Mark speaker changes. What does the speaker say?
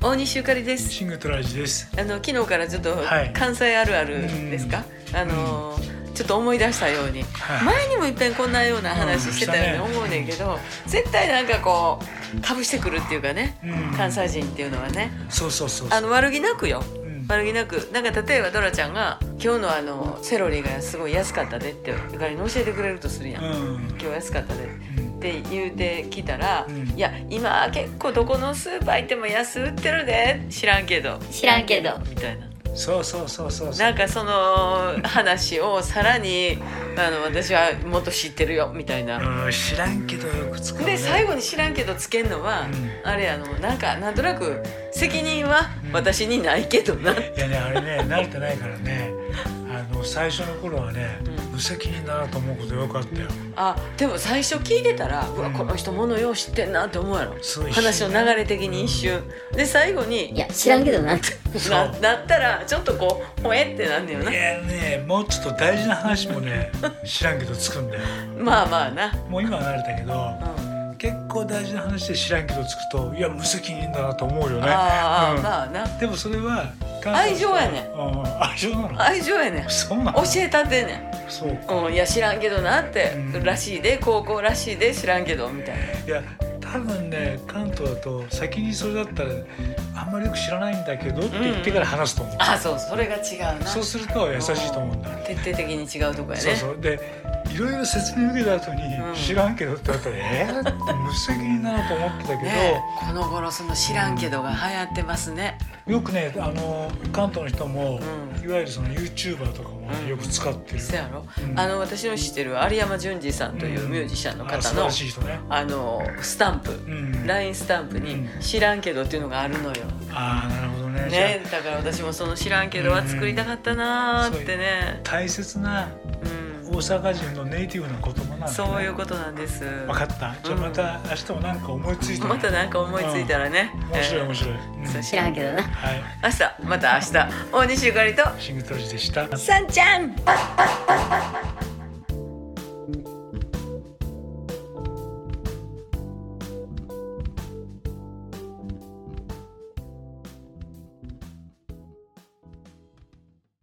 Speaker 1: 大西ゆかりです。
Speaker 2: シングトラジです。
Speaker 1: あの昨日からちょっと
Speaker 2: はい
Speaker 1: 関西あるあるですか。あのちょっと思い出したように。
Speaker 2: はい。
Speaker 1: 前にもいっぺんこんなような話してたよう
Speaker 2: うん
Speaker 1: に
Speaker 2: したね
Speaker 1: 思うねんけど、絶対なんかこうかぶしてくるっていうかね
Speaker 2: うん
Speaker 1: 関西人っていうのはね
Speaker 2: そうそうそうそう。
Speaker 1: あの悪気なくよ
Speaker 2: うん
Speaker 1: 悪気なくなんか例えばドラちゃんが「今日のあのセロリがすごい安かったで」ってゆかりに教えてくれるとするやん
Speaker 2: う
Speaker 1: 「
Speaker 2: ん。
Speaker 1: 今日安かったで」
Speaker 2: うん
Speaker 1: って言うてきたら「
Speaker 2: うん
Speaker 1: いや今結構どこのスーパー行っても安売ってるで知らんけど
Speaker 3: 知らんけど」
Speaker 1: みたいな
Speaker 2: そうそうそうそうそう。
Speaker 1: なんかその話をさらにあの私はもっと知ってるよみたいな。
Speaker 2: うん知らんけどよく使う、ね。
Speaker 1: で最後に「知らんけど」つけんのは、
Speaker 2: うん
Speaker 1: あれあのなんかなんとなく責任は私にないけどな、うん
Speaker 2: いやねあれね慣れてないからね。あの最初の頃はね、
Speaker 1: うん
Speaker 2: 無責任だなと思うことよかったよ。
Speaker 1: あでも最初聞いてたら「うわ
Speaker 2: うん
Speaker 1: この人物よう知ってんな」って思うやろ
Speaker 2: すごい
Speaker 1: 話の流れ的に一瞬で最後に
Speaker 3: いや知らんけどな
Speaker 1: ななったらちょっとこう「ほえ」ってなんだよ
Speaker 2: い
Speaker 1: な
Speaker 2: やねもうちょっと大事な話もね知らんけどつくんだよ。
Speaker 1: まあまあな、
Speaker 2: もう今は慣れたけど。
Speaker 1: うん
Speaker 2: 結構大事な話で知らんけどつくといや無責任だなと思うよね。
Speaker 1: ああ、
Speaker 2: うん
Speaker 1: まあな
Speaker 2: でもそれは
Speaker 1: 愛情やね
Speaker 2: うん愛情なの
Speaker 1: 愛情やねん
Speaker 2: そうなの
Speaker 1: 教えたってんねん
Speaker 2: そうか
Speaker 1: うん、いや知らんけどなって、
Speaker 2: うん
Speaker 1: らしいで高校らしいで知らんけどみたいない
Speaker 2: や多分ね関東だと先にそれだったらあんまりよく知らないんだけどって言ってから話すと思う、
Speaker 1: あそうそれが違うな
Speaker 2: そうすると優しいと思うんだ、
Speaker 1: 徹底的に違うとこやね
Speaker 2: そうそうでいろいろ説明受けた後に
Speaker 1: うん
Speaker 2: 「知らんけど」って言われたら「えーって無責任だなと思ってたけど、
Speaker 1: ねえこの頃その知らんけどが流行ってますね
Speaker 2: よくねあの関東の人
Speaker 1: う
Speaker 2: も、
Speaker 1: ん
Speaker 2: いわゆるその YouTuber とかも
Speaker 1: うん
Speaker 2: よく使ってる、
Speaker 1: そやろ、
Speaker 2: うん
Speaker 1: あの私の知ってる有山淳二さんというミュージシャンの
Speaker 2: あ
Speaker 1: 方
Speaker 2: 素晴
Speaker 1: の、
Speaker 2: らしい人ね、
Speaker 1: あのスタンプ、
Speaker 2: うん、あ
Speaker 1: LINE スタンプに
Speaker 2: う
Speaker 1: 「
Speaker 2: ん
Speaker 1: 知らんけど」っていうのがあるのよ、
Speaker 2: あーなるほどねじゃあ
Speaker 1: ねだから私もその「知らんけど」は作りたかったなーってね
Speaker 2: 大切な
Speaker 1: うん、
Speaker 2: 大阪人のネイティブな言葉なんだ、ね、
Speaker 1: そういうことなんです
Speaker 2: 分かったじゃあまた明日もなんか思いついたら
Speaker 1: またなんか思いついたらね、
Speaker 2: 面白い面白い、うん
Speaker 1: そう
Speaker 3: 知らんけどな
Speaker 2: はい
Speaker 1: 明日また明日大西ゆかりと
Speaker 2: シングルトロジでした
Speaker 1: さんちゃん